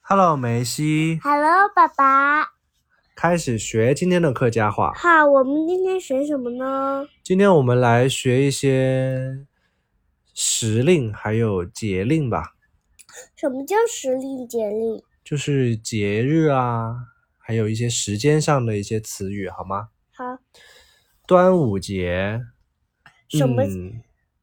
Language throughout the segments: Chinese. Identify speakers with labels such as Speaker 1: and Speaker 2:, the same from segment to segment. Speaker 1: Hello，梅西，
Speaker 2: Hello，爸爸。
Speaker 1: 开始学今天的客家话。
Speaker 2: 好，我们今天学什么呢？
Speaker 1: 今天我们来学一些时令还有节令吧，
Speaker 2: 什么叫时令节令？
Speaker 1: 就是节日啊，还有一些时间上的一些词语，好吗？
Speaker 2: 好，
Speaker 1: 端午节，
Speaker 2: 什么
Speaker 1: 嗯，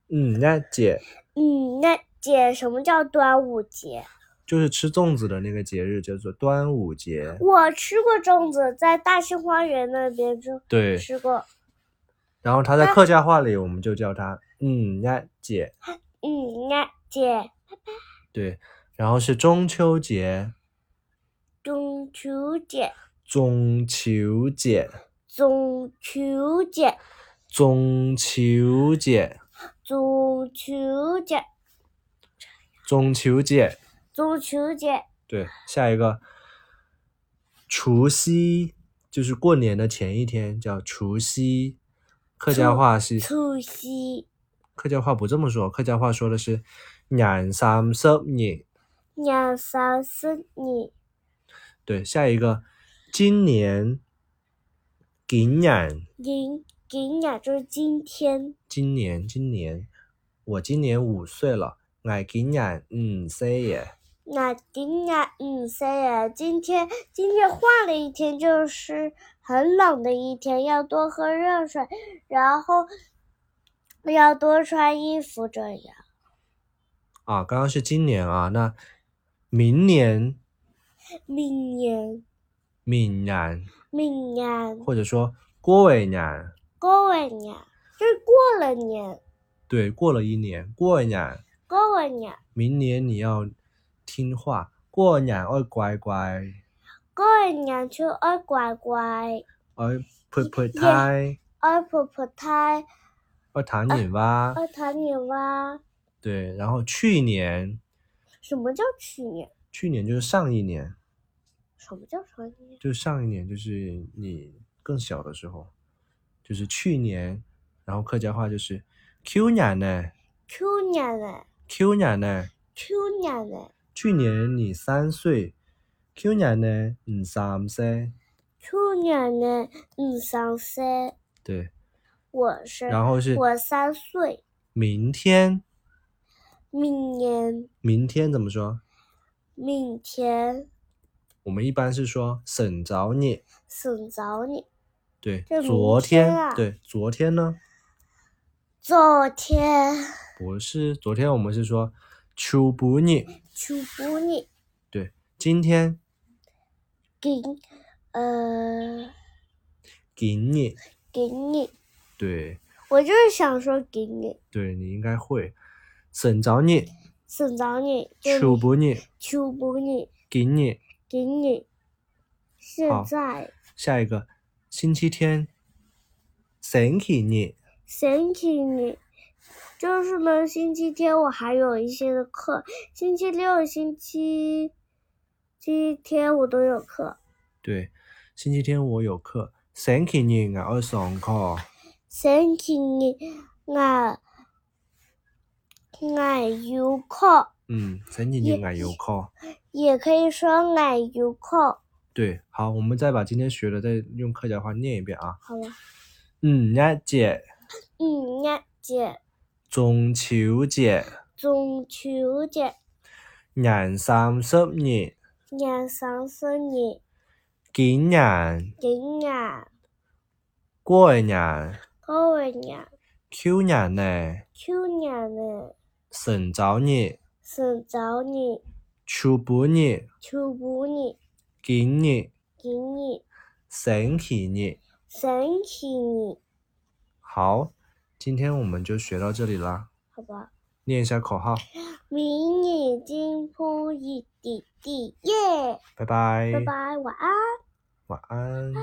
Speaker 1: 嗯，那节
Speaker 2: 嗯，那姐，什么叫端午节？
Speaker 1: 就是吃粽子的那个节日叫做端午节。
Speaker 2: 我吃过粽子，在大兴花园那边就
Speaker 1: 对，
Speaker 2: 吃过。
Speaker 1: 然后它在客家话里我们就叫它嗯，那节。
Speaker 2: 嗯，那姐，
Speaker 1: 对，然后是中秋节，
Speaker 2: 中秋节，
Speaker 1: 中秋节，
Speaker 2: 中秋节，
Speaker 1: 中秋节，
Speaker 2: 中秋节，
Speaker 1: 中秋节。
Speaker 2: 中秋节，
Speaker 1: 对，下一个，除夕就是过年的前一天，叫除夕。客家
Speaker 2: 除
Speaker 1: 话是
Speaker 2: 除夕，
Speaker 1: 客家话不这么说，客家话说的是廿三十日。
Speaker 2: 两三四年，
Speaker 1: 对，下一个，今年，今年，
Speaker 2: 今今年就是今天，
Speaker 1: 今年，今年，我今年五岁了，我今年五岁耶。
Speaker 2: 那今嗯年五岁呀，啊今天今天换了一天，就是很冷的一天，要多喝热水，然后要多穿衣服，这样。
Speaker 1: 啊，刚刚是今年啊，那明年、
Speaker 2: 明年，
Speaker 1: 明年，
Speaker 2: 明年，
Speaker 1: 或者说过尾年，
Speaker 2: 过完年，这是过了年，
Speaker 1: 对，过了一年，过一年，
Speaker 2: 过完年，
Speaker 1: 明年你要听话，过年要乖乖，
Speaker 2: 过完年去爱乖乖，
Speaker 1: 要拍拍哎胎，哎
Speaker 2: 爱婆婆胎，
Speaker 1: 要谈你哇，
Speaker 2: 爱谈你哇。
Speaker 1: 对，然后去年，
Speaker 2: 什么叫去年？
Speaker 1: 去年就是上一年，
Speaker 2: 什么叫去年？
Speaker 1: 就是上一年，就是你更小的时候，就是去年，然后客家话就是 Q 年呢
Speaker 2: 去年嘞，
Speaker 1: ，Q 年呢。
Speaker 2: 去年嘞，
Speaker 1: 去年你三岁，去年呢你三岁，
Speaker 2: 去年嘞，嗯，三岁。
Speaker 1: 对。
Speaker 2: 我是
Speaker 1: 然后是
Speaker 2: 我三岁，
Speaker 1: 明天，
Speaker 2: 明年
Speaker 1: 明天怎么说？
Speaker 2: 明天
Speaker 1: 我们一般是说省着你，
Speaker 2: 省着你。
Speaker 1: 对。
Speaker 2: 这明
Speaker 1: 昨
Speaker 2: 天啊
Speaker 1: 对，昨天呢？
Speaker 2: 昨天
Speaker 1: 不是，昨天我们是说秋不你，
Speaker 2: 去补你
Speaker 1: 对。今天
Speaker 2: 给呃
Speaker 1: 给你，
Speaker 2: 给你，
Speaker 1: 对
Speaker 2: 我就是想说给你
Speaker 1: 对，你应该会。省着你，
Speaker 2: 省着你，就
Speaker 1: 秋不你，
Speaker 2: 去补你
Speaker 1: 给你。
Speaker 2: 给你。现
Speaker 1: 好
Speaker 2: 在
Speaker 1: 下一个星期天，星期日，
Speaker 2: 星期你。就是呢，星期天我还有一些的课，星期六、星期星期天我都有课。
Speaker 1: 对，星期天我有课，星期日我要上课。
Speaker 2: 星期日俺俺有课，
Speaker 1: 嗯，星期日
Speaker 2: 也
Speaker 1: 我有课。
Speaker 2: 也可以说俺有课，
Speaker 1: 对，好，我们再把今天学的再用客家话念一遍啊。
Speaker 2: 好吧？
Speaker 1: 嗯，呀节，
Speaker 2: 嗯，俺节
Speaker 1: 中秋节，
Speaker 2: 中秋节
Speaker 1: 廿三十日，
Speaker 2: 俺三十日，
Speaker 1: 今年、
Speaker 2: 今年
Speaker 1: 过年、
Speaker 2: 过完年，
Speaker 1: 去年呢，
Speaker 2: 去年呢，
Speaker 1: 神早日、
Speaker 2: 生早日，
Speaker 1: 秋分日、
Speaker 2: 秋补日，
Speaker 1: 今日、
Speaker 2: 今日
Speaker 1: 星期日。
Speaker 2: 星期日，
Speaker 1: 好，今天我们就学到这里啦，
Speaker 2: 好吧？
Speaker 1: 念一下口号，
Speaker 2: 明日金铺一滴滴耶，
Speaker 1: 拜拜，
Speaker 2: 拜拜，晚安。
Speaker 1: 晚安。